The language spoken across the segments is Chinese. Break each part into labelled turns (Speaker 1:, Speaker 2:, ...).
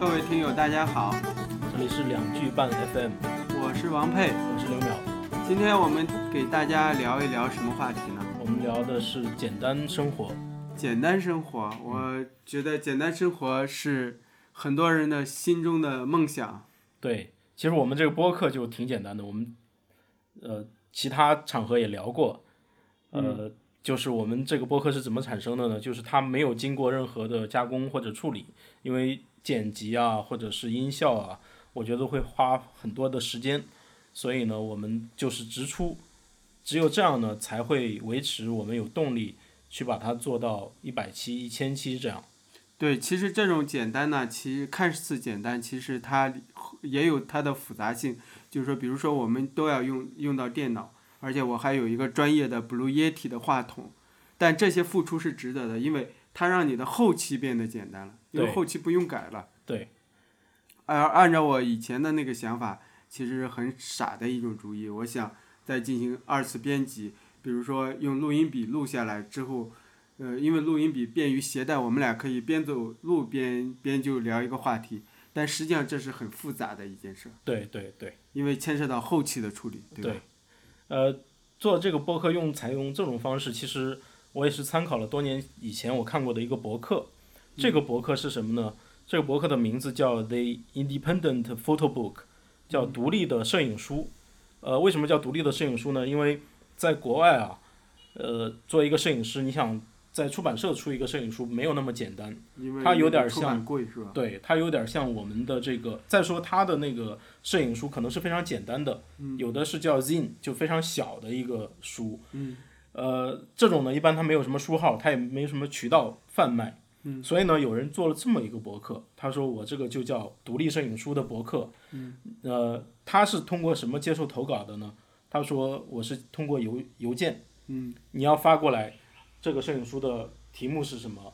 Speaker 1: 各位听友，大家好，
Speaker 2: 这里是两句半 FM，
Speaker 1: 我是王佩。
Speaker 2: 我是刘淼。
Speaker 1: 今天我们给大家聊一聊什么话题呢？
Speaker 2: 我们聊的是简单生活，
Speaker 1: 简单生活。我觉得简单生活是很多人的心中的梦想。
Speaker 2: 对，其实我们这个播客就挺简单的，我们呃其他场合也聊过，呃，就是我们这个播客是怎么产生的呢？就是它没有经过任何的加工或者处理，因为剪辑啊或者是音效啊，我觉得会花很多的时间，所以呢，我们就是直出，只有这样呢才会维持我们有动力去把它做到一百期、一千期这样。
Speaker 1: 对，其实这种简单呢，其实看似简单，其实它也有它的复杂性。就是说，比如说我们都要用用到电脑，而且我还有一个专业的 Blue Yeti 的话筒，但这些付出是值得的，因为它让你的后期变得简单了，因为
Speaker 2: 对
Speaker 1: 后期不用改了。
Speaker 2: 对，
Speaker 1: 按按照我以前的那个想法，其实很傻的一种主意。我想再进行二次编辑，比如说用录音笔录下来之后，呃，因为录音笔便于携带，我们俩可以边走路边边就聊一个话题。但实际上这是很复杂的一件事，
Speaker 2: 对对对
Speaker 1: 因为牵涉到后期的处理，对吧？
Speaker 2: 对，呃，做这个播客用采用这种方式，其实我也是参考了多年以前我看过的一个博客。这个博客是什么呢？这个博客的名字叫 The Independent Photo Book，叫独立的摄影书。呃，为什么叫独立的摄影书呢？因为在国外啊，呃，做一个摄影师，你想在出版社出一个摄影书没有那么简单。
Speaker 1: 因为
Speaker 2: 它有点
Speaker 1: 出版贵是吧？
Speaker 2: 对，它有点像我们的这个。再说它的那个摄影书可能是非常简单的，有的是叫 zine，就非常小的一个书。
Speaker 1: 嗯。
Speaker 2: 呃，这种呢，一般它没有什么书号，它也没什么渠道贩卖。嗯。所以呢，有人做了这么一个博客，他说我这个就叫独立摄影书的博客。嗯。呃，他是通过什么接受投稿的呢？他说我是通过邮邮件。嗯。你要发过来，这个摄影书的题目是什么？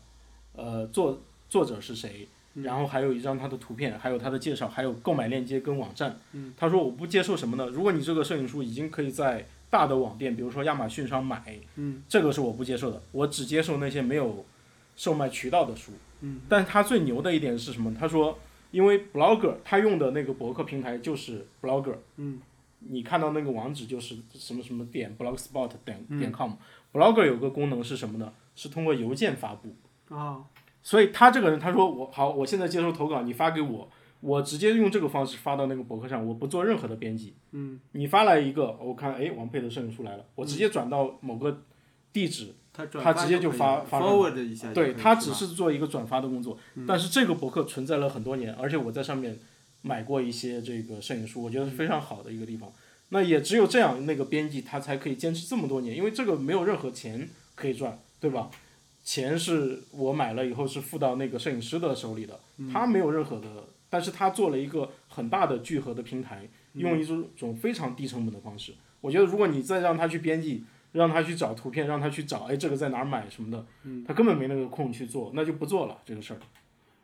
Speaker 2: 呃，作作者是谁？然后还有一张他的图片，还有他的介绍，还有购买链接跟网站。他说我不接受什么呢？如果你这个摄影书已经可以在大的网店，比如说亚马逊上买，嗯，这个是我不接受的，我只接受那些没有售卖渠道的书。嗯，但他最牛的一点是什么？他说，因为 Blogger 他用的那个博客平台就是 Blogger，
Speaker 1: 嗯，
Speaker 2: 你看到那个网址就是什么什么点 blogspot 点点 com，Blogger 有个功能是什么呢？是通过邮件发布。
Speaker 1: 哦，
Speaker 2: 所以他这个人，他说我好，我现在接受投稿，你发给我，我直接用这个方式发到那个博客上，我不做任何的编辑。嗯，你发来一个，我看，哎，王佩的摄影书来了，我直接转到某个地址，
Speaker 1: 他转
Speaker 2: 他
Speaker 1: 发
Speaker 2: 直接就
Speaker 1: 可以
Speaker 2: 发
Speaker 1: 了
Speaker 2: 发上
Speaker 1: forward 一下就可以
Speaker 2: 对，
Speaker 1: 了，嗯
Speaker 2: 他
Speaker 1: 是
Speaker 2: 只
Speaker 1: 吧
Speaker 2: 是做一个转发的工作，但是这个博客存在了很多年，而且我在上面买过一些这个摄影书，我觉得是非常好的一个地方。那也只有这样，那个编辑他才可以坚持这么多年，因为这个没有任何钱可以赚，对吧？钱是我买了以后是付到那个摄影师的手里的，
Speaker 1: 嗯
Speaker 2: 他没有任何的，但是他做了一个很大的聚合的平台，
Speaker 1: 嗯
Speaker 2: 用一种种非常低成本的方式。我觉得如果你再让他去编辑，让他去找图片，让他去找，哎，这个在哪儿买什么的，他根本没那个空去做，那就不做了这个事儿。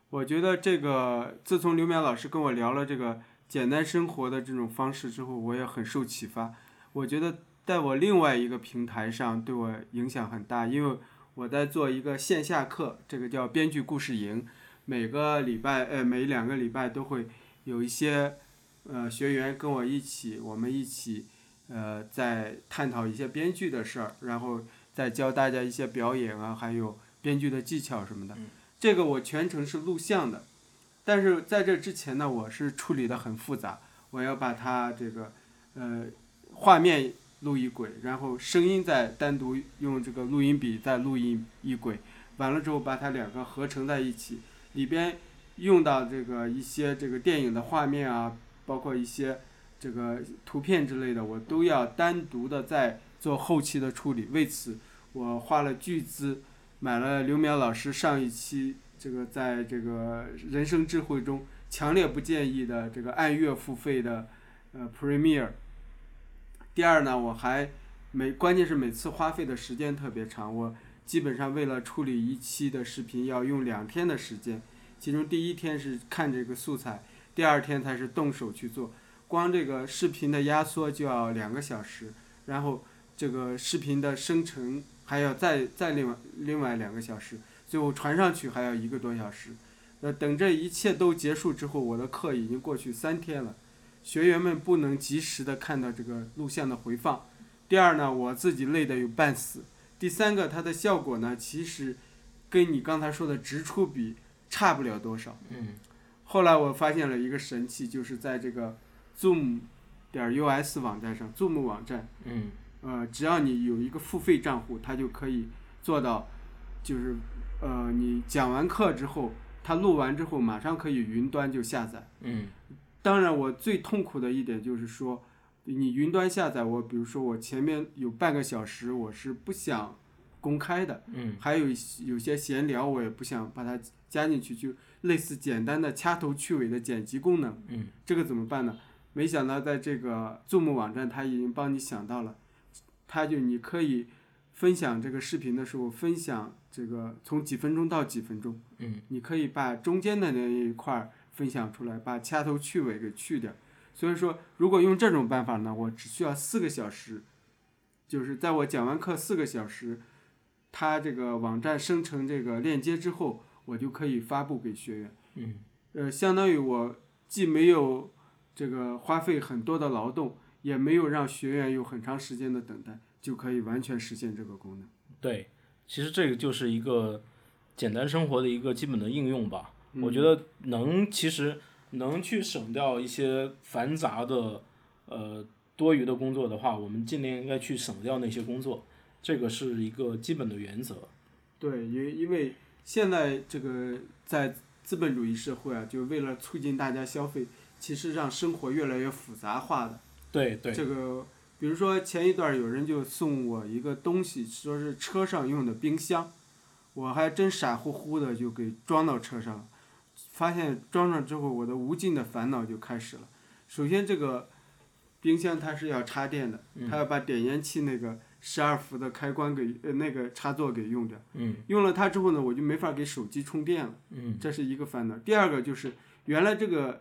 Speaker 1: 我觉得这个，自从刘淼老师跟我聊了这个简单生活的这种方式之后，我也很受启发。我觉得在我另外一个平台上对我影响很大，因为我在做一个线下课，这个叫编剧故事营，每个礼拜呃每两个礼拜都会有一些呃学员跟我一起，我们一起呃在探讨一些编剧的事儿，然后再教大家一些表演啊，还有编剧的技巧什么的。这个我全程是录像的，但是在这之前呢，我是处理的很复杂，我要把它这个呃画面录一轨，然后声音再单独用这个录音笔再录音一轨，完了之后把它两个合成在一起，里边用到这个一些这个电影的画面啊，包括一些这个图片之类的，我都要单独的再做后期的处理，为此我花了巨资。买了刘淼老师上一期这个在这个人生智慧中强烈不建议的这个按月付费的呃 Premier。第二呢，我还每关键是每次花费的时间特别长，我基本上为了处理一期的视频要用两天的时间，其中第一天是看这个素材，第二天才是动手去做。光这个视频的压缩就要两个小时，然后这个视频的生成还要再再另外另外两个小时，最后传上去还要一个多小时。呃，等这一切都结束之后，我的课已经过去三天了，学员们不能及时的看到这个录像的回放。第二呢，我自己累得有半死。第三个，它的效果呢，其实跟你刚才说的直出比差不了多少。
Speaker 2: 嗯，
Speaker 1: 后来我发现了一个神器，就是在这个 Zoom 点 US 网站上，Zoom 网站，
Speaker 2: 嗯
Speaker 1: 呃，只要你有一个付费账户，它就可以做到，就是呃，你讲完课之后，它录完之后马上可以云端就下载。
Speaker 2: 嗯
Speaker 1: 当然，我最痛苦的一点就是说，你云端下载我，比如说我前面有半个小时我是不想公开的，
Speaker 2: 嗯
Speaker 1: 还有一有些闲聊我也不想把它加进去，就类似简单的掐头去尾的剪辑功能。
Speaker 2: 嗯
Speaker 1: 这个怎么办呢？没想到在这个 Zoom 网站，它已经帮你想到了，它就你可以分享这个视频的时候，分享这个从几分钟到几分钟，
Speaker 2: 嗯
Speaker 1: 你可以把中间的那一块儿分享出来，把掐头去尾给去掉。所以说，如果用这种办法呢，我只需要四个小时，就是在我讲完课四个小时，它这个网站生成这个链接之后，我就可以发布给学员。
Speaker 2: 嗯
Speaker 1: 呃，相当于我既没有这个花费很多的劳动，也没有让学员有很长时间的等待，就可以完全实现这个功能。
Speaker 2: 对，其实这个就是一个简单生活的一个基本的应用吧。
Speaker 1: 嗯
Speaker 2: 我觉得能其实能去省掉一些繁杂的呃多余的工作的话，我们尽量应该去省掉那些工作，这个是一个基本的原则。
Speaker 1: 对，因因为现在这个在资本主义社会啊，就为了促进大家消费，其实让生活越来越复杂化的。
Speaker 2: 对对，
Speaker 1: 这个，比如说前一段有人就送我一个东西，说是车上用的冰箱，我还真傻乎乎的就给装到车上了。发现装上之后，我的无尽的烦恼就开始了。首先，这个冰箱它是要插电的，它要把点烟器那个十二伏的开关给呃那个插座给用掉。
Speaker 2: 嗯
Speaker 1: 用了它之后呢，我就没法给手机充电了，
Speaker 2: 嗯
Speaker 1: 这是一个烦恼。第二个就是原来这个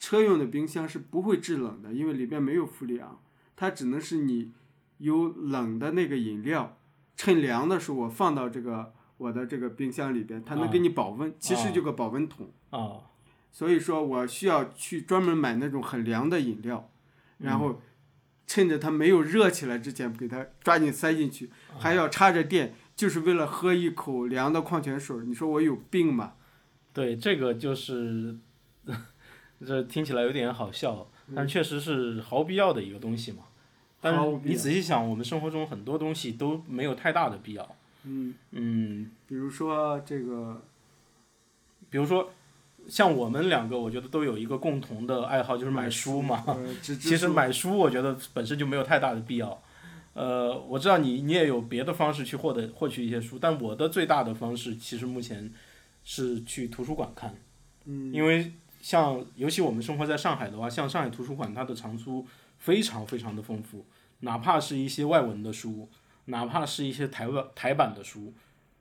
Speaker 1: 车用的冰箱是不会制冷的，因为里边没有氟利昂，它只能是你有冷的那个饮料，趁凉的时候我放到这个我的这个冰箱里边，它能给你保温，其实就个保温桶。
Speaker 2: 啊
Speaker 1: 所以说我需要去专门买那种很凉的饮料，然后趁着它没有热起来之前给它抓紧塞进去，还要插着电，就是为了喝一口凉的矿泉水儿。你说我有病吗？
Speaker 2: 对，这个就是， 这听起来有点好笑，但确实是毫无必要的一个东西嘛。但
Speaker 1: 嗯毫无
Speaker 2: 是
Speaker 1: 必
Speaker 2: 你
Speaker 1: 要
Speaker 2: 仔细想，我们生活中很多东西都没有太大的必要。
Speaker 1: 嗯，
Speaker 2: 嗯，
Speaker 1: 比如说这个，
Speaker 2: 比如说，像我们两个，我觉得都有一个共同的爱好，就是买书嘛。
Speaker 1: 呃，纸质
Speaker 2: 其实
Speaker 1: 书
Speaker 2: 买书，我觉得本身就没有太大的必要。呃，我知道你你也有别的方式去获得获取一些书，但我的最大的方式其实目前是去图书馆看。
Speaker 1: 嗯，
Speaker 2: 因为像尤其我们生活在上海的话，像上海图书馆，它的藏书非常非常的丰富，哪怕是一些外文的书，哪怕是一些台湾台版的书，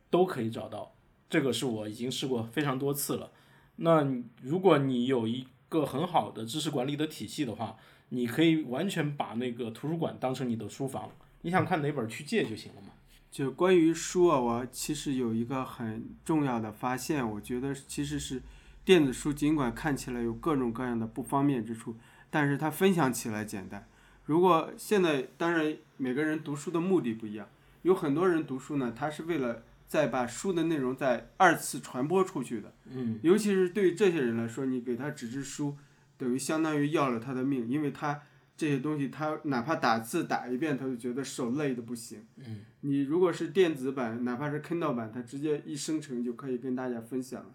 Speaker 2: 都可以找到。这个是我已经试过非常多次了。那你如果你有一个很好的知识管理的体系的话，你可以完全把那个图书馆当成你的书房，你想看哪本去借就行了嘛。
Speaker 1: 就关于书啊，我其实有一个很重要的发现，我觉得其实是电子书，尽管看起来有各种各样的不方便之处，但是它分享起来简单。如果现在，当然每个人读书的目的不一样，有很多人读书呢，他是为了再把书的内容再二次传播出去的。
Speaker 2: 嗯
Speaker 1: 尤其是对于这些人来说，你给他纸质书，等于相当于要了他的命，因为他这些东西，他哪怕打字打一遍，他就觉得手累的不行。
Speaker 2: 嗯，
Speaker 1: 你如果是电子版，哪怕是 Kindle 版，它直接一生成就可以跟大家分享了。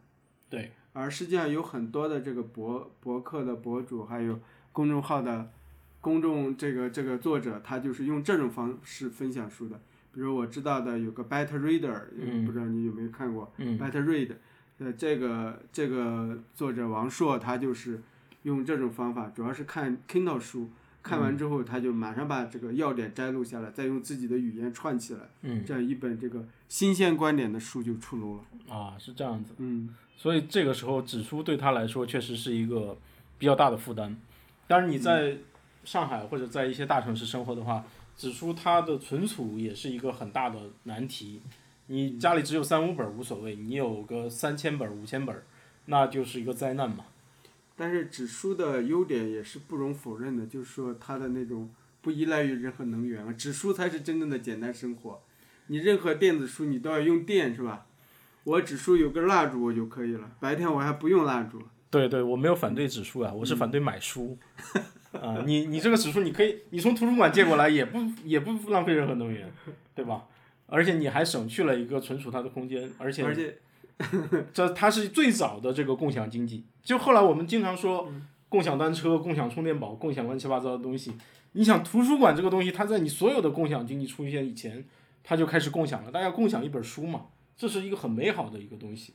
Speaker 2: 对，
Speaker 1: 而世界上有很多的这个博博客的博主，还有公众号的公众这个这个作者，他就是用这种方式分享书的。比如我知道的有个 Better Reader，、
Speaker 2: 嗯
Speaker 1: 不知道你有没有看过？
Speaker 2: 嗯
Speaker 1: Better Read，呃，这个这个作者王朔他就是用这种方法，主要是看 Kindle 书，看
Speaker 2: 嗯
Speaker 1: 完之后他就马上把这个要点摘录下来，再用自己的语言串起来，
Speaker 2: 嗯
Speaker 1: 这样一本这个新鲜观点的书就出炉了。
Speaker 2: 啊，是这样子。
Speaker 1: 嗯，
Speaker 2: 所以这个时候指出对他来说确实是一个比较大的负担。当然你在上海或者在一些大城市生活的话，指出它的存储也是一个很大的难题。你家里只有三五本儿无所谓，你有个三千本儿、五千本儿，那就是一个灾难嘛。
Speaker 1: 但是纸书的优点也是不容否认的，就是说它的那种不依赖于任何能源啊，纸书才是真正的简单生活。你任何电子书你都要用电是吧？我纸书有根蜡烛我就可以了，白天我还不用蜡烛。
Speaker 2: 对对，我没有反对指数啊，我是反对买书。啊、你你这个指数你可以，你从图书馆借过来也不也不浪费任何能源，对吧？而且你还省去了一个存储它的空间，而 且
Speaker 1: 而且
Speaker 2: 这它是最早的这个共享经济。就后来我们经常说共享单车、共享充电宝、共享乱七八糟的东西。你想图书馆这个东西，它在你所有的共享经济出现以前，它就开始共享了，大家共享一本书嘛，这是一个很美好的一个东西。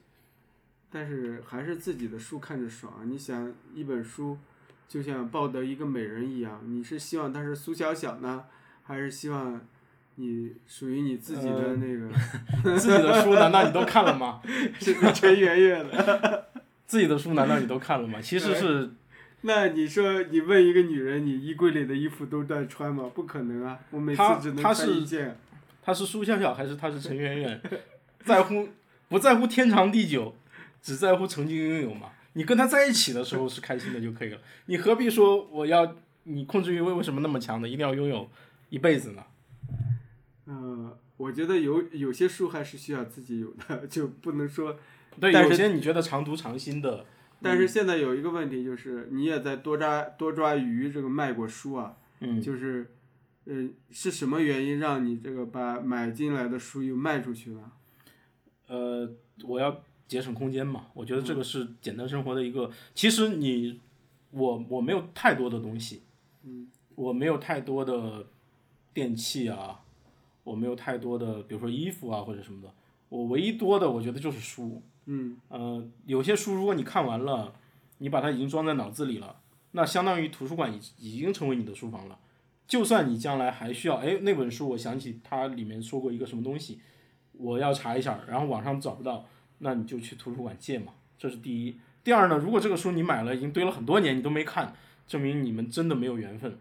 Speaker 1: 但是还是自己的书看着爽。啊你想，一本书就像抱得一个美人一样，你是希望它是苏小小呢，还是希望你属于你自己的那个、
Speaker 2: 自己的书难道你都看了吗？
Speaker 1: 是陈 圆圆的？
Speaker 2: 自己的书难道你都看了吗？其实是
Speaker 1: 那你说，你问一个女人，你衣柜里的衣服都在穿吗？不可能啊，我每次
Speaker 2: 她
Speaker 1: 只能
Speaker 2: 她
Speaker 1: 穿
Speaker 2: 是
Speaker 1: 一件。
Speaker 2: 他是苏小小还是他是陈圆圆，在乎不在乎天长地久，只在乎曾经拥有嘛。你跟他在一起的时候是开心的就可以了，你何必说我要你控制欲为为什么那么强的，一定要拥有一辈子呢？
Speaker 1: 呃，我觉得有有些书还是需要自己有的，就不能说。
Speaker 2: 对，
Speaker 1: 但是
Speaker 2: 有些你觉得长读长新的，
Speaker 1: 但
Speaker 2: 嗯
Speaker 1: 是现在有一个问题就是，你也在多抓多抓鱼这个卖过书啊，
Speaker 2: 嗯，
Speaker 1: 就是，呃，是什么原因让你这个把买进来的书又卖出去了？
Speaker 2: 呃，我要节省空间嘛，我觉得这个是简单生活的一个。其实你，我我没有太多的东西，嗯，我没有太多的电器啊，我没有太多的，比如说衣服啊或者什么的。我唯一多的，我觉得就是书。嗯，呃，有些书如果你看完了，你把它已经装在脑子里了，那相当于图书馆已已经成为你的书房了。就算你将来还需要，哎，那本书我想起它里面说过一个什么东西。我要查一下，然后网上找不到，那你就去图书馆借嘛，这是第一。第二呢，如果这个书你买了已经堆了很多年，你都没看，证明你们真的没有缘分，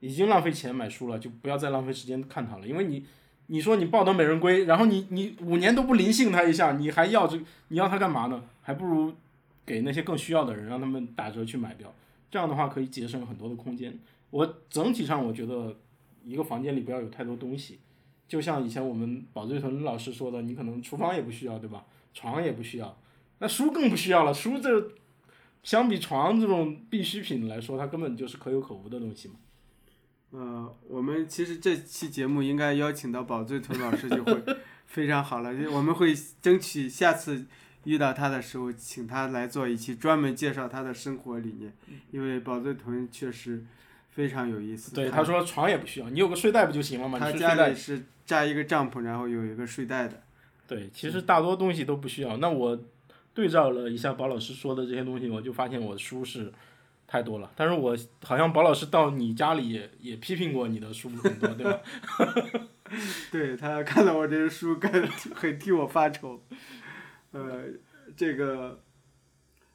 Speaker 2: 已经浪费钱买书了，就不要再浪费时间看它了，因为你。你说你抱得美人归，然后你你五年都不灵性它一下，你还要这你要它干嘛呢？还不如给那些更需要的人，让他们打折去买掉。这样的话可以节省很多的空间。我整体上我觉得一个房间里不要有太多东西，就像以前我们宝醉屯老师说的，你可能厨房也不需要，对吧？床也不需要，那书更不需要了。书这相比床这种必需品来说，它根本就是可有可无的东西嘛。
Speaker 1: 呃，我们其实这期节目应该邀请到宝醉屯老师就 会非常好了，就我们会争取下次遇到他的时候，请他来做一期专门介绍他的生活理念，
Speaker 2: 嗯
Speaker 1: 因为宝醉屯确实非常有意思。
Speaker 2: 对，
Speaker 1: 他
Speaker 2: 他说床也不需要，你有个睡袋不就行了吗？
Speaker 1: 他
Speaker 2: 你睡睡
Speaker 1: 家里
Speaker 2: 袋。
Speaker 1: 是扎一个帐篷，然后有一个睡袋的。
Speaker 2: 对，其实大多东西都不需要。那我对照了一下宝老师说的这些东西，我就发现我书是太多了。但是我好像宝老师到你家里也也批评过你的书很多，对吧？
Speaker 1: 对他看到我这个书，感很替我发愁。呃，这个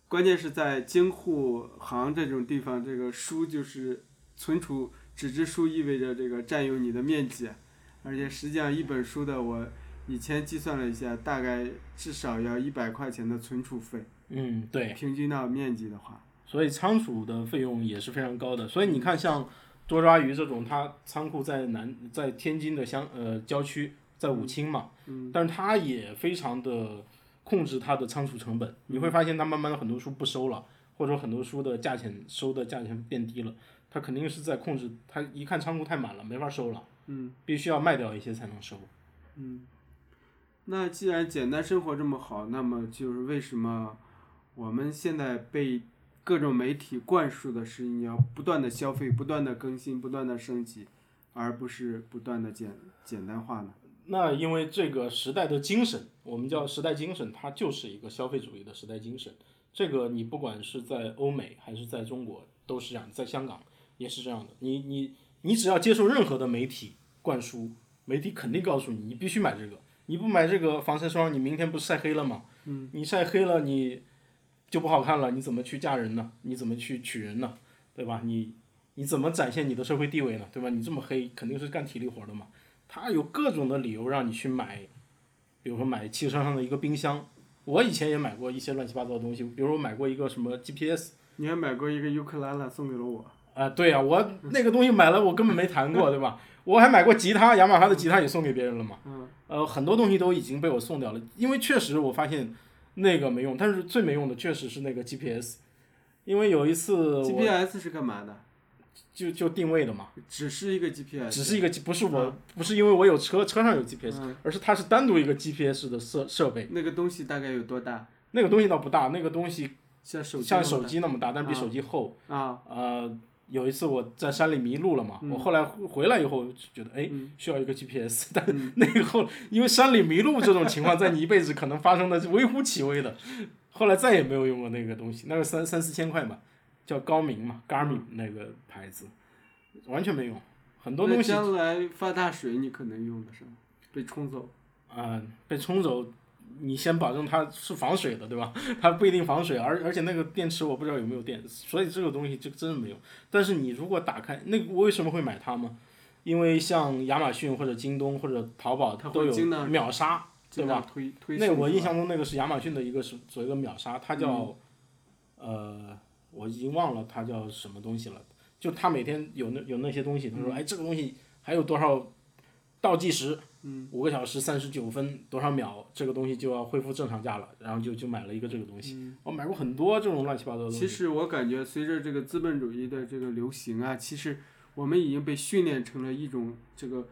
Speaker 1: 关键是在京沪杭这种地方，这个书就是存储纸质书，意味着这个占有你的面积，啊而且实际上一本书的我以前计算了一下，大概至少要一百块钱的存储费，
Speaker 2: 嗯，对。
Speaker 1: 平均到面积的话，
Speaker 2: 所以仓储的费用也是非常高的。所以你看，像多抓鱼这种，它仓库在南在天津的乡呃郊区，在武清嘛，嗯、但是它也非常的控制它的仓储成本。你会发现，它慢慢的很多书不收了，或者很多书的价钱收的价钱变低了，它肯定是在控制。它一看仓库太满了，没法收了，嗯，必须要卖掉一些才能收。
Speaker 1: 那既然简单生活这么好，那么就是为什么我们现在被各种媒体灌输的是你要不断的消费、不断的更新、不断的升级，而不是不断的简简单化呢？
Speaker 2: 那因为这个时代的精神，我们叫时代精神，它就是一个消费主义的时代精神。这个你不管是在欧美还是在中国都是这样，在香港也是这样的。你你你只要接受任何的媒体灌输，媒体肯定告诉你，你必须买这个，你不买这个防晒霜，你明天不是晒黑了吗？嗯，你晒黑了你就不好看了，你怎么去嫁人呢？你怎么去娶人呢？对吧？你你怎么展现你的社会地位呢？对吧？你这么黑，肯定是干体力活的嘛。他有各种的理由让你去买，比如说买汽车上的一个冰箱。我以前也买过一些乱七八糟的东西，比如我买过一个什么 GPS
Speaker 1: 你还买过一个尤克兰拉送给了我，
Speaker 2: 啊、对呀、我那个东西买了，我根本没弹过，对吧？我还买过吉他，雅马哈的吉他也送给别人了嘛。
Speaker 1: 嗯
Speaker 2: 呃，很多东西都已经被我送掉了，因为确实我发现那个没用，但是最没用的确实是那个 GPS，因为有一次呃我啊
Speaker 1: ，GPS 是干嘛的？
Speaker 2: 就就定位的嘛，
Speaker 1: 只是一个 GPS，
Speaker 2: 只是一个不是我
Speaker 1: 嗯
Speaker 2: 不是因为我有车，车上有 GPS，
Speaker 1: 嗯
Speaker 2: 而是它是单独一个 GPS 的设设备，
Speaker 1: 那个东西大概有多大？
Speaker 2: 那个东西倒不大，那个东西
Speaker 1: 像手机
Speaker 2: 像
Speaker 1: 那么
Speaker 2: 手机那么大，但比
Speaker 1: 啊
Speaker 2: 手机厚。
Speaker 1: 大啊，
Speaker 2: 呃，有一次我在山里迷路了嘛，
Speaker 1: 嗯
Speaker 2: 我后来回回来以后就觉得，哎，
Speaker 1: 嗯
Speaker 2: 需要一 个 GPS，但那个后因为山里迷路这种情况，在你一辈子可能发生的是微乎其微的，后来再也没有用过那个东西，那个三三四千块嘛，叫高明嘛，Garmin 那个牌子，完全没用，很多
Speaker 1: 嗯那
Speaker 2: 东西啊、
Speaker 1: 将来发大水你可能用得上，被冲走。
Speaker 2: 呃被冲走。你先保证它是防水的，对吧？ 它不一定防水，而而且那个电池我不知道有没有电，所以这个东西就真的没用。但是你如果打开那个，我为什么会买它吗？因为像亚马逊或者京东或者淘宝，
Speaker 1: 它会
Speaker 2: 都
Speaker 1: 精到
Speaker 2: 有秒杀，对
Speaker 1: 经
Speaker 2: 吧
Speaker 1: 常推推
Speaker 2: 那
Speaker 1: 送
Speaker 2: 我
Speaker 1: 是
Speaker 2: 印
Speaker 1: 吧
Speaker 2: 象中那个是亚马逊的一个是所谓的秒杀，它叫、
Speaker 1: 嗯
Speaker 2: 呃，我已经忘了它叫什么东西了。就他每天有那有那些东西，
Speaker 1: 嗯
Speaker 2: 他说、哎这个东西还有多少倒计时，嗯，五个小时三十九分多少秒，这个东西就要恢复正常价了，然后就就买了一个这个东西。我买过很多这种乱七八糟的东西。
Speaker 1: 嗯其实我感觉，随着这个资本主义的这个流行啊，其实我们已经被训练成了一种这个，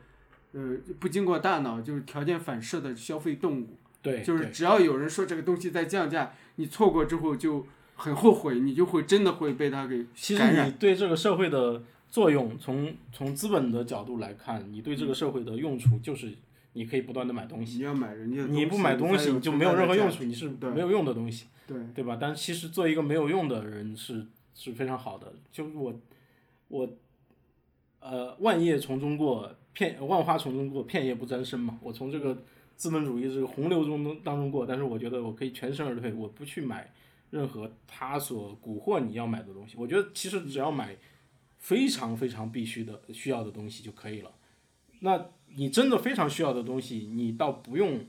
Speaker 1: 呃，不经过大脑就是条件反射的消费动物。
Speaker 2: 对，
Speaker 1: 就是
Speaker 2: 对
Speaker 1: 只要有人说这个东西在降价，你错过之后就很后悔，你就会真的会被它给
Speaker 2: 其
Speaker 1: 感
Speaker 2: 实
Speaker 1: 染。
Speaker 2: 你对这个社会的作用，从从资本的角度来看，你
Speaker 1: 嗯
Speaker 2: 对这个社会的用处就是你可以不断的买东西。
Speaker 1: 你要买人家的
Speaker 2: 你不买东西，
Speaker 1: 才
Speaker 2: 你就没有
Speaker 1: 存在
Speaker 2: 任何
Speaker 1: 的
Speaker 2: 用
Speaker 1: 价
Speaker 2: 处，你是
Speaker 1: 对
Speaker 2: 没有用的东西，
Speaker 1: 值。对，
Speaker 2: 对吧？但其实做一个没有用的人是是非常好的。就是我，我，呃，万叶从中过，片万花丛中过，片叶不沾身嘛。我从这个资本主义这个洪流中当中过，但是我觉得我可以全身而退，我不去买任何他所蛊惑你要买的东西。我觉得其实只要买非常非常必须的需要的东西就可以了。那你真的非常需要的东西，你倒不用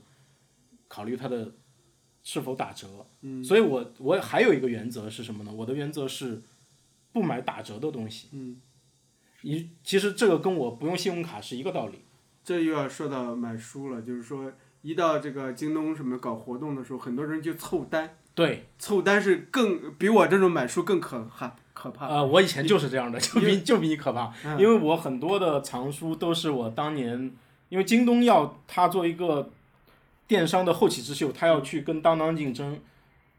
Speaker 2: 考虑它的是否打折。嗯，所以我我还有一个原则是什么呢？我的原则是不买打折的东西。
Speaker 1: 嗯，
Speaker 2: 你其实这个跟我不用信用卡是一个道理。
Speaker 1: 这又要说到买书了，就是说一到这个京东什么搞活动的时候，很多人就凑单，
Speaker 2: 对，
Speaker 1: 凑单是更比我这种买书更可怕可怕。
Speaker 2: 呃，我以前就是这样的，就
Speaker 1: 因嗯
Speaker 2: 比就比你可怕，因为我很多的藏书都是我当年，因为京东要它做一个电商的后起之秀，它要去跟当当竞争。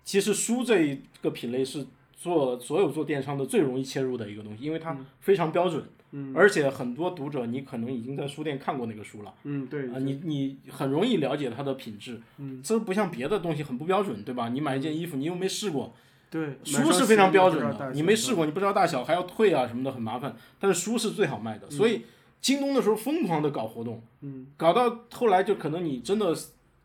Speaker 2: 其实书这一个品类是做所有做电商的最容易切入的一个东西，因为它非常标准，
Speaker 1: 嗯
Speaker 2: 而且很多读者你可能已经在书店看过那个书了。
Speaker 1: 嗯，对，
Speaker 2: 啊、你你很容易了解它的品质，嗯，这不像别的东西很不标准，对吧？你买一件衣服，你又没试过，
Speaker 1: 对，买
Speaker 2: 书
Speaker 1: 双
Speaker 2: 是
Speaker 1: 鞋
Speaker 2: 非常
Speaker 1: 也
Speaker 2: 标
Speaker 1: 不知
Speaker 2: 准
Speaker 1: 道
Speaker 2: 的
Speaker 1: 大，
Speaker 2: 你
Speaker 1: 小
Speaker 2: 没
Speaker 1: 是
Speaker 2: 试
Speaker 1: 吧
Speaker 2: 过，你不知道大小，还要退啊什么的，很麻烦。但是书是最好卖的，所以京东的时候疯狂的搞活动，
Speaker 1: 嗯，
Speaker 2: 搞到后来就可能你真的，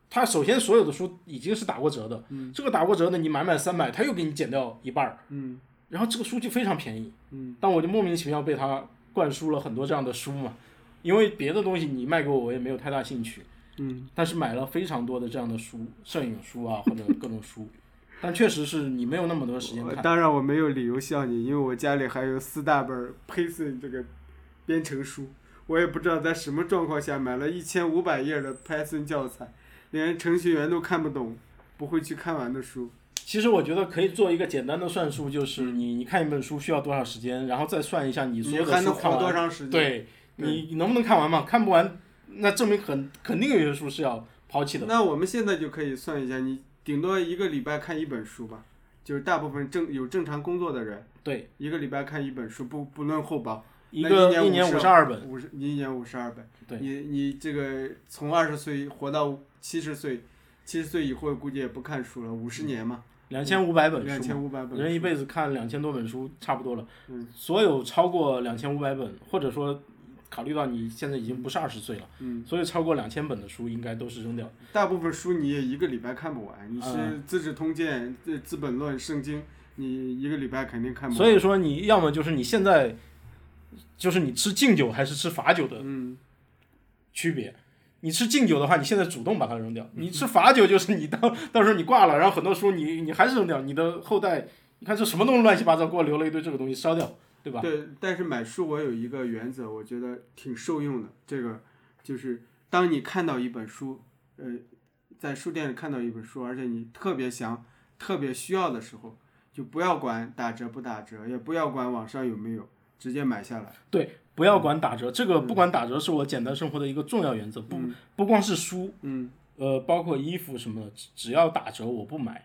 Speaker 2: 它首先所有的书已经是打过折的，嗯，这个打过折的你买满三百，它又给你减掉一半儿，
Speaker 1: 嗯
Speaker 2: 然后这个书就非常便宜，
Speaker 1: 嗯，
Speaker 2: 但我就莫名其妙被它灌输了很多这样的书嘛，因为别的东西你卖给我，我也没有太大兴趣，
Speaker 1: 嗯，
Speaker 2: 但是买了非常多的这样的书，摄影书啊或者各种 书。但确实是你没有那么多时间
Speaker 1: 我
Speaker 2: 看，
Speaker 1: 呃当然我没有理由笑你，因为我家里还有四大本儿 Python 这个编程书，我也不知道在什么状况下买了一千五百页的 Python 教材，连程序员都看不懂，不会去看完的书。
Speaker 2: 其实我觉得可以做一个简单的算术，就是
Speaker 1: 嗯
Speaker 2: 你你看一本书需要多少时间，然后再算一下你所有
Speaker 1: 还
Speaker 2: 的书
Speaker 1: 能
Speaker 2: 看
Speaker 1: 活多
Speaker 2: 完，
Speaker 1: 长时间？
Speaker 2: 对你能不能看完嘛？看不完，那证明肯肯定有些书是要抛弃的。
Speaker 1: 那我们现在就可以算一下，你顶多一个礼拜看一本书吧，就是大部分正有正常工作的人，
Speaker 2: 对，
Speaker 1: 一个礼拜看一本书，不不论厚薄，
Speaker 2: 一
Speaker 1: 那
Speaker 2: 个
Speaker 1: 一
Speaker 2: 一
Speaker 1: 年
Speaker 2: 年五
Speaker 1: 52
Speaker 2: 十二本，
Speaker 1: 五十一年五十二本，
Speaker 2: 对
Speaker 1: 你你这个从二十岁活到七十岁，七十岁以后估计也不看书了，五十年嘛，
Speaker 2: 两千五百本
Speaker 1: 两
Speaker 2: 书嘛，
Speaker 1: 千五百本
Speaker 2: 人一
Speaker 1: 书
Speaker 2: 辈子看两千多本书差不多了。
Speaker 1: 嗯
Speaker 2: 所有超过两千五百本，或者说考虑到你现在已经不是二十岁了，
Speaker 1: 嗯，
Speaker 2: 所以超过两千本的书应该都是扔掉。
Speaker 1: 大部分书你也一个礼拜看不完，你是
Speaker 2: 嗯
Speaker 1: 《资治通鉴》《资资本论》《圣经》，你一个礼拜肯定看不完。
Speaker 2: 所以说，你要么就是你现在，就是你吃敬酒还是吃罚酒的
Speaker 1: 嗯，
Speaker 2: 区别。你吃敬酒的话，你现在主动把它扔掉；你吃罚酒，就是你到到时候你挂了，然后很多书你你还是扔掉，你的后代你看这什么东西乱七八糟，给我留了一堆这个东西，烧掉，对吧？
Speaker 1: 对，但是买书我有一个原则，我觉得挺受用的。这个就是当你看到一本书，呃，在书店里看到一本书，而且你特别想、特别需要的时候，就不要管打折不打折，也不要管网上有没有，直接买下来。
Speaker 2: 对，不要管打折，这个不管打折是我简单生活的一个重要原则，不不光是书，
Speaker 1: 嗯，
Speaker 2: 呃，包括衣服什么的，只只要打折我不买，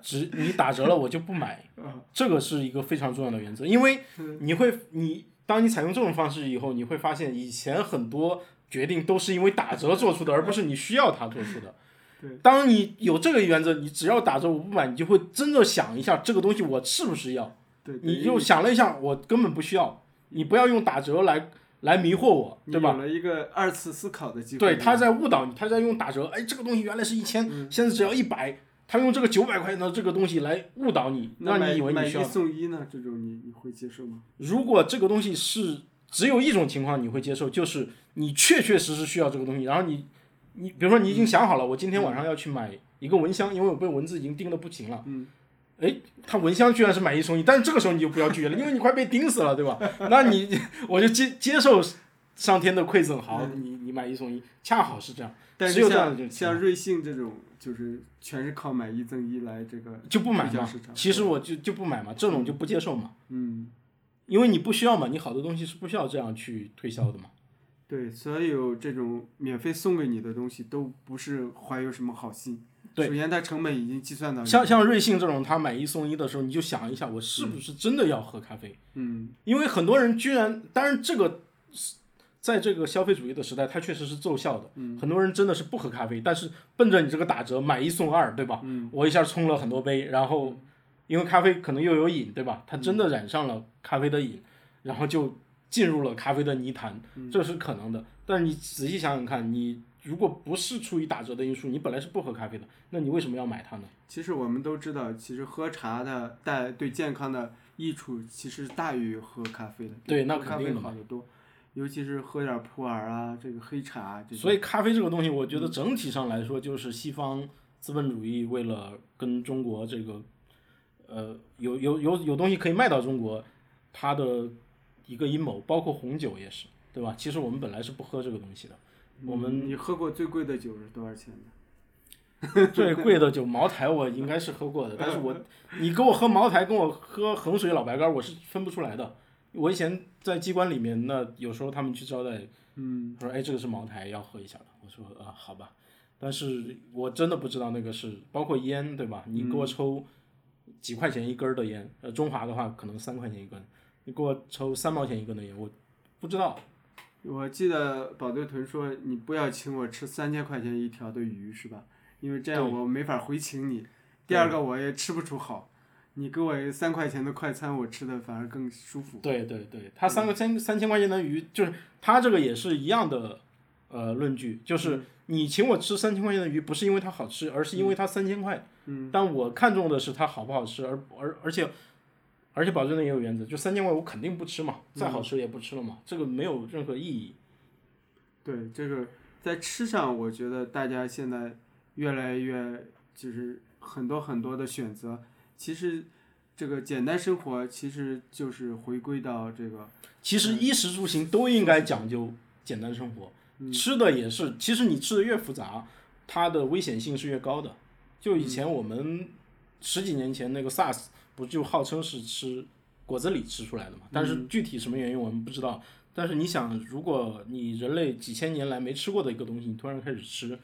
Speaker 2: 只你打折了我就不买，
Speaker 1: 啊
Speaker 2: 这个是一个非常重要的原则，因为
Speaker 1: 嗯
Speaker 2: 你会你当你采用这种方式以后，你会发现以前很多决定都是因为打折做出的，而不是你需要它做出的。当你有这个原则，你只要打折我不买，你就会真的想一下这个东西我是不是要。
Speaker 1: 对，
Speaker 2: 你又想了一下，我根本不需要，你不要用打折来来迷惑我，
Speaker 1: 你
Speaker 2: 对吧？
Speaker 1: 有了一个二次思考的机会。
Speaker 2: 对，他在误导你，他在用打折，哎，这个东西原来是一千、
Speaker 1: 嗯
Speaker 2: 现在只要一百，他用这个九百块钱的这个东西来误导你，
Speaker 1: 那
Speaker 2: 让
Speaker 1: 买
Speaker 2: 你以为
Speaker 1: 买
Speaker 2: 你
Speaker 1: 一
Speaker 2: 需要。
Speaker 1: 送一呢？这种你你会接受吗？
Speaker 2: 如果这个东西是只有一种情况你会接受，就是你确确实实需要这个东西，然后你你比如说你已经想好了，我今天晚上要去买一个蚊香，因为我被蚊子已经叮的不行了。
Speaker 1: 嗯。
Speaker 2: 哎，它蚊香居然是买一送一，但是这个时候你就不要拒绝了，因为你快被叮死了，对吧？那你我就接接受上天的馈赠，好，你你买一送一，恰好是这样，
Speaker 1: 但
Speaker 2: 只
Speaker 1: 是
Speaker 2: 有这样的就
Speaker 1: 像像瑞幸这种，就是全是靠买一赠一来这个
Speaker 2: 就不买
Speaker 1: 比较
Speaker 2: 嘛
Speaker 1: 市场。
Speaker 2: 其实我就就不买嘛，这种就不接受嘛，
Speaker 1: 嗯，
Speaker 2: 因为你不需要嘛，你好多东西是不需要这样去推销的嘛。
Speaker 1: 对，所有这种免费送给你的东西都不是怀有什么好心。
Speaker 2: 对
Speaker 1: 首先它成本已经计算到里
Speaker 2: 像
Speaker 1: 面
Speaker 2: 像瑞幸这种，他买一送一的时候，你就想一下，我是不是真的要喝咖啡？
Speaker 1: 嗯，
Speaker 2: 因为很多人居然，当然这个在这个消费主义的时代，它确实是奏效的。很多人真的是不喝咖啡，但是奔着你这个打折买一送二，对吧？我一下冲了很多杯，然后因为咖啡可能又有瘾，对吧？他真的染上了咖啡的瘾，然后就进入了咖啡的泥潭，这是可能的。但是你仔细想想看，你如果不是出于打折的因素，你本来是不喝咖啡的，那你为什么要买它呢？
Speaker 1: 其实我们都知道，其实喝茶的带对健康的益处其实大于喝咖啡的。
Speaker 2: 对那
Speaker 1: 喝咖
Speaker 2: 肯定的
Speaker 1: 啡
Speaker 2: 嘛
Speaker 1: 好得多，尤其是喝点普洱啊，这个黑茶啊这些。
Speaker 2: 所以咖啡这个东西，我觉得整体上来说，就是西方资本主义为了跟中国这个，呃，有有有有东西可以卖到中国，它的一个阴谋，包括红酒也是，对吧？其实我们本来是不喝这个东西的，我
Speaker 1: 们嗯你喝过最贵的酒是多少钱的？
Speaker 2: 最贵的酒茅台我应该是喝过的，但是我你给我喝茅台，跟我喝衡水老白干，我是分不出来的。我以前在机关里面，那有时候他们去招待，嗯，说哎这个是茅台，要喝一下的。我说啊好吧，但是我真的不知道那个是包括烟对吧？你给我抽几块钱一根儿的烟，呃中华的话可能三块钱一根，你给我抽三毛钱一根的烟，我不知道。
Speaker 1: 我记得保对屯说：“你不要请我吃三千块钱一条的鱼，是吧？因为这样我没法回请你。第二个我也吃不出好，你给我三块钱的快餐，我吃的反而更舒服。嗯
Speaker 2: 对对对，他三个三三千块钱的鱼，就是他这个也是一样的，呃，论据就是
Speaker 1: 嗯
Speaker 2: 你请我吃三千块钱的鱼，不是因为它好吃，而是因为它三千块。嗯。但我看重的是它好不好吃，而而而且而且保证的也有原则，就三千块我肯定不吃嘛，再
Speaker 1: 嗯
Speaker 2: 好吃也不吃了嘛，这个没有任何意义。
Speaker 1: 对，这个在吃上，我觉得大家现在越来越就是很多很多的选择。其实这个简单生活其实就是回归到这个
Speaker 2: 其实衣食住行都应该讲究简单生活，吃的也是。其实你吃的越复杂，它的危险性是越高的。就以前我们十几年前那个 SARS 不就号称是吃果子狸吃出来的嘛？但是具体什么原因我们不知道。但是你想，如果你人类几千年来没吃过的一个东西，你突然开始吃，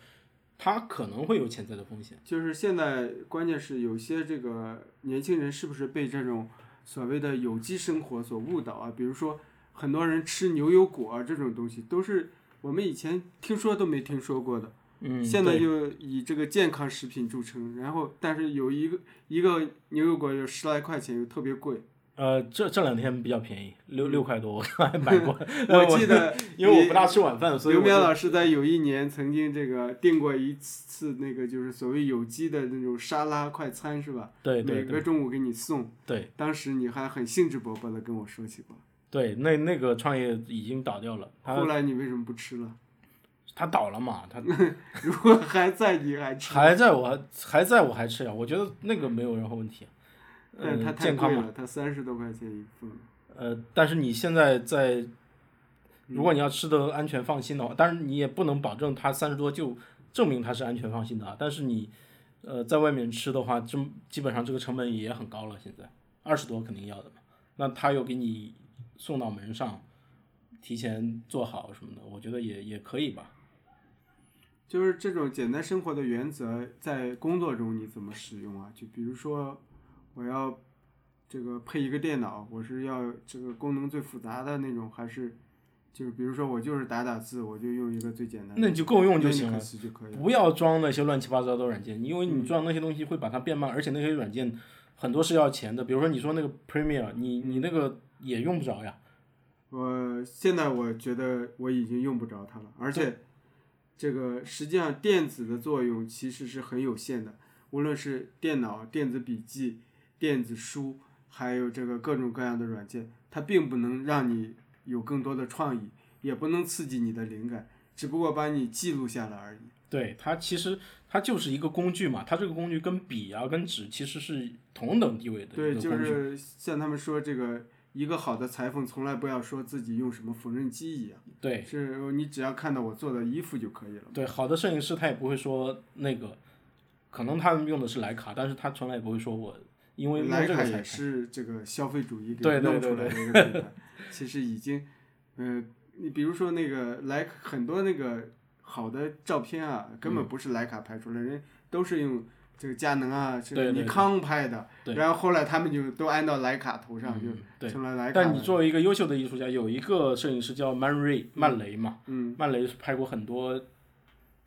Speaker 2: 它可能会有潜在的风险。
Speaker 1: 就是现在，关键是有些这个年轻人是不是被这种所谓的有机生活所误导啊？比如说，很多人吃牛油果啊这种东西，都是我们以前听说都没听说过的，
Speaker 2: 嗯，
Speaker 1: 现在
Speaker 2: 对
Speaker 1: 就以这个健康食品著称。然后，但是有一个一个牛油果有十来块钱，又特别 贵。。
Speaker 2: 呃，这这两天比较便宜，六六块多，我还买过
Speaker 1: 我记得
Speaker 2: 因为我
Speaker 1: 你
Speaker 2: 不大吃晚饭，所以
Speaker 1: 刘
Speaker 2: 我就
Speaker 1: 淼老师在嗯有一年曾经这个订过一次那个就是所谓有机的那种沙拉快餐是吧？
Speaker 2: 对对
Speaker 1: 每个中午给你送。
Speaker 2: 对
Speaker 1: 当时你还很兴致勃勃的跟我说起过，
Speaker 2: 对，那那个创业已经倒掉了，他
Speaker 1: 后来你为什么不吃了？
Speaker 2: 他倒了嘛，
Speaker 1: 嗯
Speaker 2: 他
Speaker 1: 如果还在你还吃，
Speaker 2: 还在我还在我还吃呀，我觉得那个没有任何问题。
Speaker 1: 但是它
Speaker 2: 嗯，
Speaker 1: 太
Speaker 2: 健
Speaker 1: 贵
Speaker 2: 康嘛。
Speaker 1: 了，它三十多块钱一份。
Speaker 2: 呃，但是你现在在，
Speaker 1: 嗯
Speaker 2: 如果你要吃的安全放心的话，当然你也不能保证它三十多就证明它是安全放心的啊。但是你呃在外面吃的话，这基本上这个成本也很高了，现在二十多肯定要的嘛。那他又给你送到门上，提前做好什么的，我觉得也也可以吧。
Speaker 1: 就是这种简单生活的原则，在工作中你怎么使用啊？就比如说，我要这个配一个电脑，我是要这个功能最复杂的那种，还是就是比如说我就是打打字，我就用一个最简单的，
Speaker 2: 那你就够用就行了
Speaker 1: Linux 就可以了。嗯
Speaker 2: 不要装那些乱七八糟的软件，因为你装那些东西会把它变慢，而且那些软件很多是要钱的。比如说你说那个 Premiere，你
Speaker 1: 嗯
Speaker 2: 你那个也用不着呀。
Speaker 1: 我呃现在我觉得我已经用不着它了，而且这个实际上电子的作用其实是很有限的，无论是电脑、电子笔记、电子书，还有这个各种各样的软件，它并不能让你有更多的创意，也不能刺激你的灵感，只不过把你记录下来而已。
Speaker 2: 对它其实它就是一个工具嘛，它这个工具跟笔啊跟纸其实是同等地位的一
Speaker 1: 对，
Speaker 2: 个
Speaker 1: 就
Speaker 2: 工具。
Speaker 1: 是像他们说这个。一个好的裁缝从来不要说自己用什么缝纫机一样，
Speaker 2: 对
Speaker 1: 是你只要看到我做的衣服就可以了。
Speaker 2: 对，好的摄影师他也不会说那个，可能他们用的是徕卡，但是他从来也不会说我因为用
Speaker 1: 莱
Speaker 2: 这
Speaker 1: 卡
Speaker 2: 个才
Speaker 1: 也是这个消费主义给
Speaker 2: 对对
Speaker 1: 弄
Speaker 2: 对
Speaker 1: 出来的一 个品牌，其实已经，呃，你比如说那个莱卡很多那个好的照片啊，根
Speaker 2: 嗯
Speaker 1: 本不是莱卡拍出来，人都是用这个佳能啊，这个
Speaker 2: 对对
Speaker 1: 尼康拍的，
Speaker 2: 对
Speaker 1: 然后后来他们就都安到莱卡头上，
Speaker 2: 嗯
Speaker 1: 就
Speaker 2: 对。
Speaker 1: 成了莱卡
Speaker 2: 但你
Speaker 1: 了。
Speaker 2: 作为一个优秀的艺术家，有一个摄影师叫曼瑞曼雷嘛，
Speaker 1: 嗯，
Speaker 2: 曼雷是拍过很多，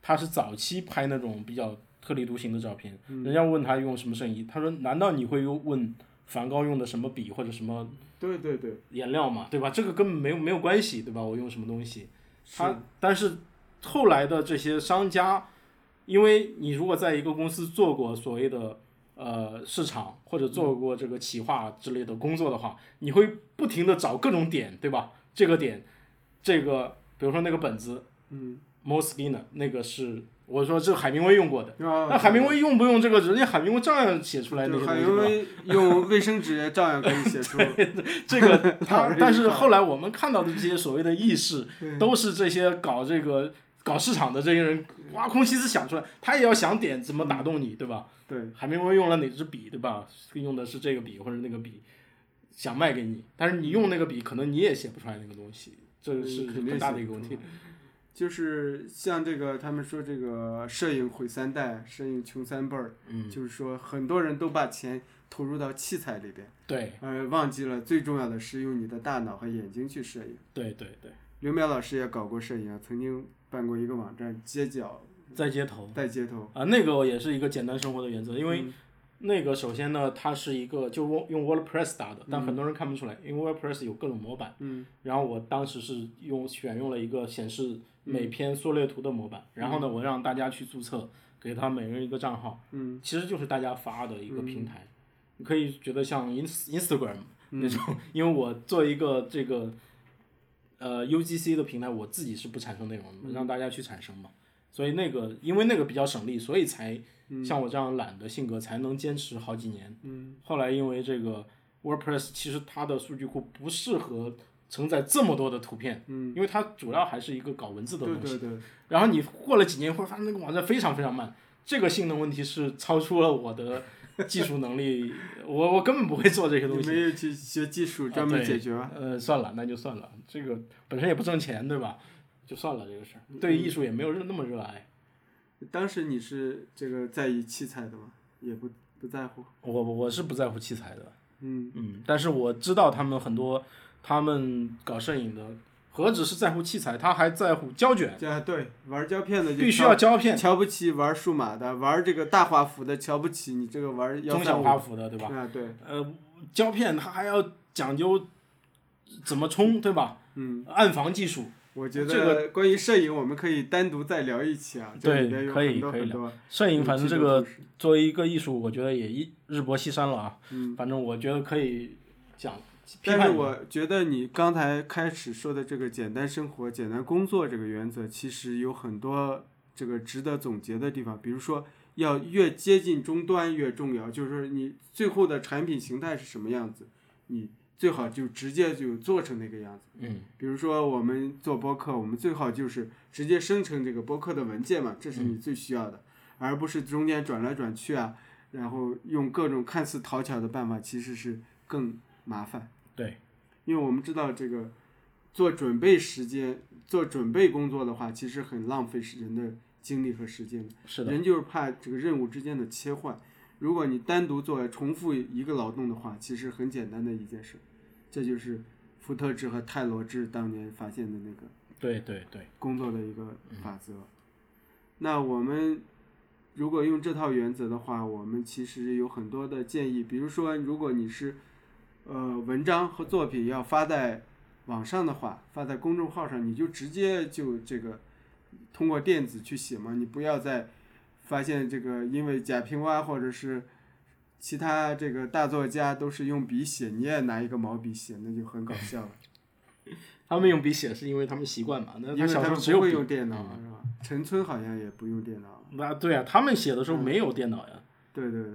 Speaker 2: 他是早期拍那种比较特立独行的照片。
Speaker 1: 嗯
Speaker 2: 人家问他用什么摄影仪，他说：“难道你会用问梵高用的什么笔或者什么
Speaker 1: 对对对，
Speaker 2: 颜料吗？对吧？这个根本没有没有关系，对吧？我用什么东西？
Speaker 1: 是
Speaker 2: 他但是后来的这些商家，因为你如果在一个公司做过所谓的呃市场或者做过这个企划之类的工作的话，你会不停的找各种点，对吧？这个点，这个比如说那个本子，
Speaker 1: 嗯，
Speaker 2: m o s k i n a 那个是我说这海明威用过的。那
Speaker 1: 那
Speaker 2: 海明威用不用这个？人家海明威照样写出来那
Speaker 1: 啊就
Speaker 2: 些
Speaker 1: 海
Speaker 2: 东西
Speaker 1: 明
Speaker 2: 吧。
Speaker 1: 威用卫生纸也照样可以写出
Speaker 2: 这个
Speaker 1: 讨
Speaker 2: 他
Speaker 1: 论，
Speaker 2: 但
Speaker 1: 一
Speaker 2: 是
Speaker 1: 下
Speaker 2: 后来我们看到的这些所谓的意识
Speaker 1: 对，
Speaker 2: 都是这些搞这个搞市场的这些人挖空心思想出来，他也要想点怎么打动
Speaker 1: 嗯
Speaker 2: 你，对吧？
Speaker 1: 对，
Speaker 2: 海明威用了哪支笔，对吧？用的是这个笔或者那个笔，想卖给你，但是你用那个笔，可能你也写不出来那个东西，这是
Speaker 1: 肯定
Speaker 2: 很大
Speaker 1: 写
Speaker 2: 的一
Speaker 1: 不
Speaker 2: 个问
Speaker 1: 出
Speaker 2: 题
Speaker 1: 来。就是像这个，他们说这个摄影毁三代，摄影穷三辈儿，
Speaker 2: 嗯，
Speaker 1: 就是说很多人都把钱投入到器材里边，
Speaker 2: 对
Speaker 1: 呃，忘记了最重要的是用你的大脑和眼睛去摄影。
Speaker 2: 对对对，
Speaker 1: 刘淼老师也搞过摄影啊，曾经办过一个网站，街角
Speaker 2: 在街头。
Speaker 1: 带街头，
Speaker 2: 啊，那个也是一个简单生活的原则，因为
Speaker 1: 嗯
Speaker 2: 那个首先呢，它是一个就用用 WordPress 打的，但很多人看不出来，因为 WordPress 有各种模板。
Speaker 1: 嗯
Speaker 2: 然后我当时是用选用了一个显示
Speaker 1: 嗯
Speaker 2: 每篇缩略图的模板，然后呢，我让大家去注册，给他每人一个账号，
Speaker 1: 嗯，
Speaker 2: 其实就是大家发的一个平台。你可以觉得像 Ins Instagram
Speaker 1: 嗯
Speaker 2: 那种，因为我做一个这个呃 UGC 的平台，我自己是不产生内容
Speaker 1: 嗯
Speaker 2: 的，让大家去产生嘛。所以那个因为那个比较省力，所以才
Speaker 1: 嗯
Speaker 2: 像我这样懒的性格才能坚持好几年。嗯，后来因为这个 WordPress 其实它的数据库不适合承载这么多的图片，嗯，因为它主要还是一个搞文字的
Speaker 1: 对
Speaker 2: 东西。
Speaker 1: 对对，
Speaker 2: 然后你过了几年会发现那个网站非常非常慢，这个性能问题是超出了我的技术能力，我我根本不会做这些东
Speaker 1: 你
Speaker 2: 西。啊
Speaker 1: 没有去学 技术专门解决吗？啊
Speaker 2: 呃，算了，那就算了，这个本身也不挣钱，对吧？就算了这个事
Speaker 1: 嗯
Speaker 2: 儿，对艺术也没有热那么热爱。
Speaker 1: 当时你是这个在意器材的吗？也不不在乎，
Speaker 2: 我我是不在乎器材的，
Speaker 1: 嗯，
Speaker 2: 嗯，但是我知道他们很多，他们搞摄影的何止是在乎器材，他还在乎胶卷，
Speaker 1: 这啊对玩胶片的就
Speaker 2: 必须
Speaker 1: 挑
Speaker 2: 要胶片，
Speaker 1: 瞧不起玩数码的，玩这个大画幅的瞧不起你这个玩幺
Speaker 2: 中
Speaker 1: 三
Speaker 2: 小
Speaker 1: 五
Speaker 2: 画幅的，对吧？
Speaker 1: 啊，对，
Speaker 2: 呃，胶片它还要讲究怎么冲，对吧？
Speaker 1: 嗯，
Speaker 2: 暗房技术，
Speaker 1: 我觉
Speaker 2: 这
Speaker 1: 得关于摄影，我们可以单独再聊一期啊，这
Speaker 2: 对
Speaker 1: 里面有
Speaker 2: 可以
Speaker 1: 很多
Speaker 2: 可以
Speaker 1: 很多。
Speaker 2: 摄影，反正这个
Speaker 1: 有趣的故事
Speaker 2: 作为一个艺术，我觉得也一日薄西山了啊。
Speaker 1: 嗯
Speaker 2: 反正我觉得可以讲批
Speaker 1: 但是
Speaker 2: 判你
Speaker 1: 我觉得你刚才开始说的这个简单生活、简单工作这个原则，其实有很多这个值得总结的地方。比如说，要越接近终端越重要，就是说你最后的产品形态是什么样子，你最好就直接就做成那个样子。
Speaker 2: 嗯
Speaker 1: 比如说我们做播客，我们最好就是直接生成这个播客的文件嘛，这是
Speaker 2: 嗯
Speaker 1: 你最需要的，而不是中间转来转去啊，然后用各种看似讨巧的办法，其实是更麻烦。
Speaker 2: 对，
Speaker 1: 因为我们知道这个做准备时间、做准备工作的话，其实很浪费时人的精力和时间的。
Speaker 2: 是的，
Speaker 1: 人就是怕这个任务之间的切换。如果你单独做重复一个劳动的话，其实很简单的一件事，这就是福特制和泰罗制当年发现的那个
Speaker 2: 对对对，
Speaker 1: 工作的一个法则。那我们如果用这套原则的话，我们其实有很多的建议，比如说，如果你是呃文章和作品要发在网上的话，发在公众号上，你就直接就这个通过电子去写嘛，你不要再发现这个因为贾平凹或者是。其他这个大作家都是用笔写，你也拿一个毛笔写，那就很搞笑了。
Speaker 2: 他们用笔写是因为他们习惯嘛，那
Speaker 1: 因为
Speaker 2: 小时
Speaker 1: 他
Speaker 2: 候
Speaker 1: 们
Speaker 2: 只
Speaker 1: 不
Speaker 2: 有
Speaker 1: 会
Speaker 2: 笔，嗯
Speaker 1: 用电脑，是吧？陈村好像也不用电脑。
Speaker 2: 那对啊，他们写的时候没有电脑呀，
Speaker 1: 对对对，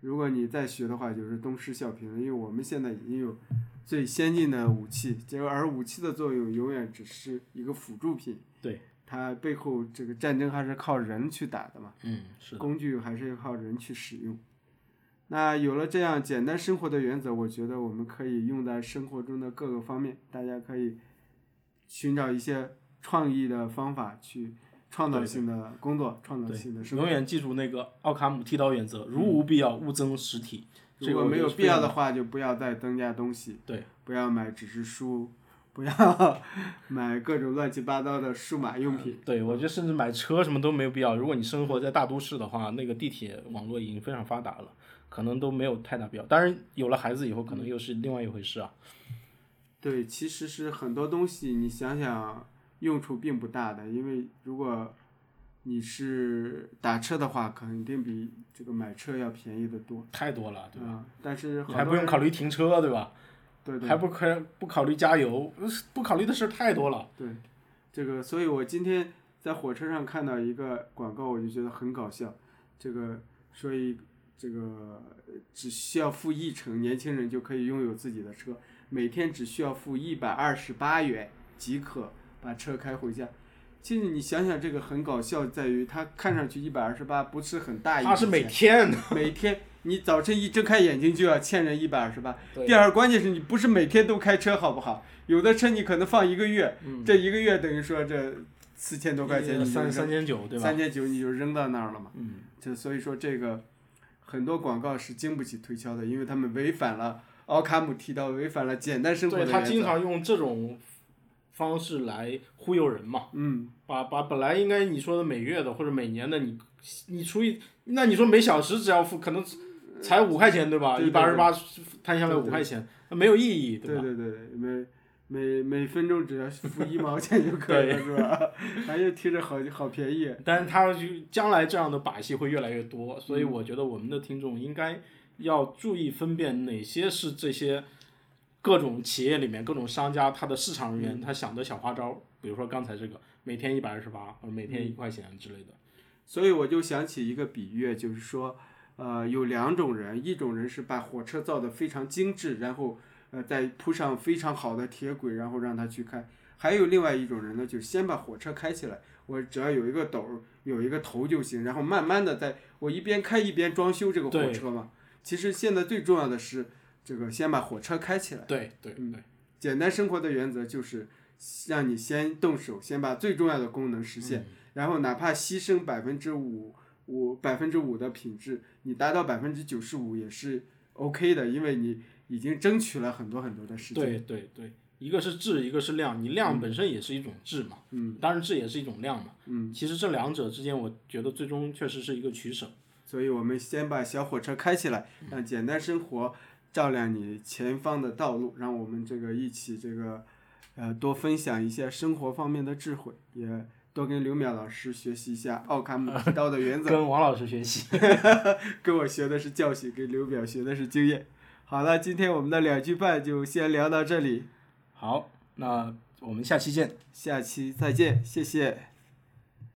Speaker 1: 如果你再学的话，就是东施效颦了，因为我们现在已经有最先进的武器，结果而武器的作用永远只是一个辅助品。
Speaker 2: 对，
Speaker 1: 它背后这个战争还是靠人去打的嘛。
Speaker 2: 嗯，是的，
Speaker 1: 工具还是要靠人去使用。那有了这样简单生活的原则，我觉得我们可以用在生活中的各个方面。大家可以寻找一些创意的方法去创造
Speaker 2: 对对
Speaker 1: 性的工作，创造性的
Speaker 2: 对，
Speaker 1: 生活。
Speaker 2: 永远记住那个奥卡姆剃刀原则，如无必要，勿增实体。
Speaker 1: 嗯
Speaker 2: 这
Speaker 1: 如
Speaker 2: 个
Speaker 1: 果
Speaker 2: 我
Speaker 1: 没
Speaker 2: 觉
Speaker 1: 有
Speaker 2: 得是
Speaker 1: 必
Speaker 2: 非
Speaker 1: 要
Speaker 2: 常
Speaker 1: 的话，就不要再增加东西。
Speaker 2: 对，
Speaker 1: 不要买纸质书，不要 买各种乱七八糟的数码用品。
Speaker 2: 对，我觉得甚至买车什么都没有必要。如果你生活在大都市的话，那个地铁网络已经非常发达了，可能都没有太大必要。当然，有了孩子以后，可
Speaker 1: 嗯
Speaker 2: 能又是另外一回事啊。
Speaker 1: 对，其实是很多东西，你想想用处并不大的，因为如果你是打车的话，肯定比这个买车要便宜的多
Speaker 2: 太多了，对吧？
Speaker 1: 啊。但是
Speaker 2: 你
Speaker 1: 好
Speaker 2: 还
Speaker 1: 多
Speaker 2: 不用
Speaker 1: 人
Speaker 2: 考虑停车，对吧？
Speaker 1: 对对
Speaker 2: 还不可不考虑加油，呃不考虑的事儿太多了。
Speaker 1: 对，这个，所以我今天在火车上看到一个广告，我就觉得很搞笑。这个说一这个呃只需要付一程，年轻人就可以拥有自己的车，每天只需要付一百二十八元即可把车开回家。其实你想想，这个很搞笑，在于它看上去一百二十八不是很大一笔
Speaker 2: 他
Speaker 1: 钱，
Speaker 2: 是每天，
Speaker 1: 每天你早晨一睁开眼睛就要欠人一百二十八。
Speaker 2: 对
Speaker 1: 第二，关键是你不是每天都开车，好不好？有的车你可能放一个月，
Speaker 2: 嗯呃
Speaker 1: 这一个月等于说这四千多块钱你就
Speaker 2: 三
Speaker 1: 扔
Speaker 2: 三千九，对吧？
Speaker 1: 三千九你就扔到那儿了嘛。
Speaker 2: 嗯，
Speaker 1: 这所以说这个很多广告是经不起推敲的，因为他们违反了奥卡姆提到违反了简单生活
Speaker 2: 对
Speaker 1: 的
Speaker 2: 他
Speaker 1: 原
Speaker 2: 经
Speaker 1: 则。
Speaker 2: 常用这种方式来忽悠人嘛。
Speaker 1: 嗯，
Speaker 2: 把把本来应该你说的每月的或者每年的你，你除以那你说每小时只要付可能才五块钱对吧？
Speaker 1: 呃对
Speaker 2: 一
Speaker 1: 对
Speaker 2: 百二
Speaker 1: 对
Speaker 2: 十八摊下来
Speaker 1: 对
Speaker 2: 五
Speaker 1: 对
Speaker 2: 块钱，那没有意义
Speaker 1: 对
Speaker 2: 吧？
Speaker 1: 对对对，每每每分钟只要付一毛钱就可以了，是吧？ 哎又听着好好便宜。
Speaker 2: 但是他就将来这样的把戏会越来越多，所以
Speaker 1: 嗯
Speaker 2: 我觉得我们的听众应该要注意分辨哪些是这些各种企业里面各种商家他的市场
Speaker 1: 嗯
Speaker 2: 人员他想的小花招，比如说刚才这个每天一百二十八或者每
Speaker 1: 嗯
Speaker 2: 天一块钱之类的。
Speaker 1: 所以我就想起一个比喻，就是说，呃，有两种人，一种人是把火车造得非常精致，然后呃再铺上非常好的铁轨，然后让它去开；还有另外一种人呢，就是先把火车开起来，我只要有一个斗儿，有一个头就行，然后慢慢的在我一边开一边装修这个火
Speaker 2: 对
Speaker 1: 车嘛。其实现在最重要的是这个先把火车开起来。嗯
Speaker 2: 对对对，
Speaker 1: 简单生活的原则就是让你先动手，先把最重要的功能实现，然后哪怕牺牲百分之五五百分之五的品质，你达到百分之九十五也是 OK 的，因为你已经争取了很多很多的时间。
Speaker 2: 对对对，一个是质，一个是量，你量本身也是一种质嘛，
Speaker 1: 嗯，
Speaker 2: 当然质也是一种量嘛，
Speaker 1: 嗯，
Speaker 2: 其实这两者之间，我觉得最终确实是一个取舍，
Speaker 1: 所以我们先把小火车开起来，让简单生活照亮你前方的道路，让我们这个一起这个呃多分享一些生活方面的智慧，也多跟刘淼老师学习一下奥卡姆提到的原则。
Speaker 2: 跟王老师学习。
Speaker 1: 跟我学的是教训，跟刘淼学的是经验。好了，今天我们的两句半就先聊到这里，
Speaker 2: 好，那我们下期见。
Speaker 1: 下期再见，谢谢。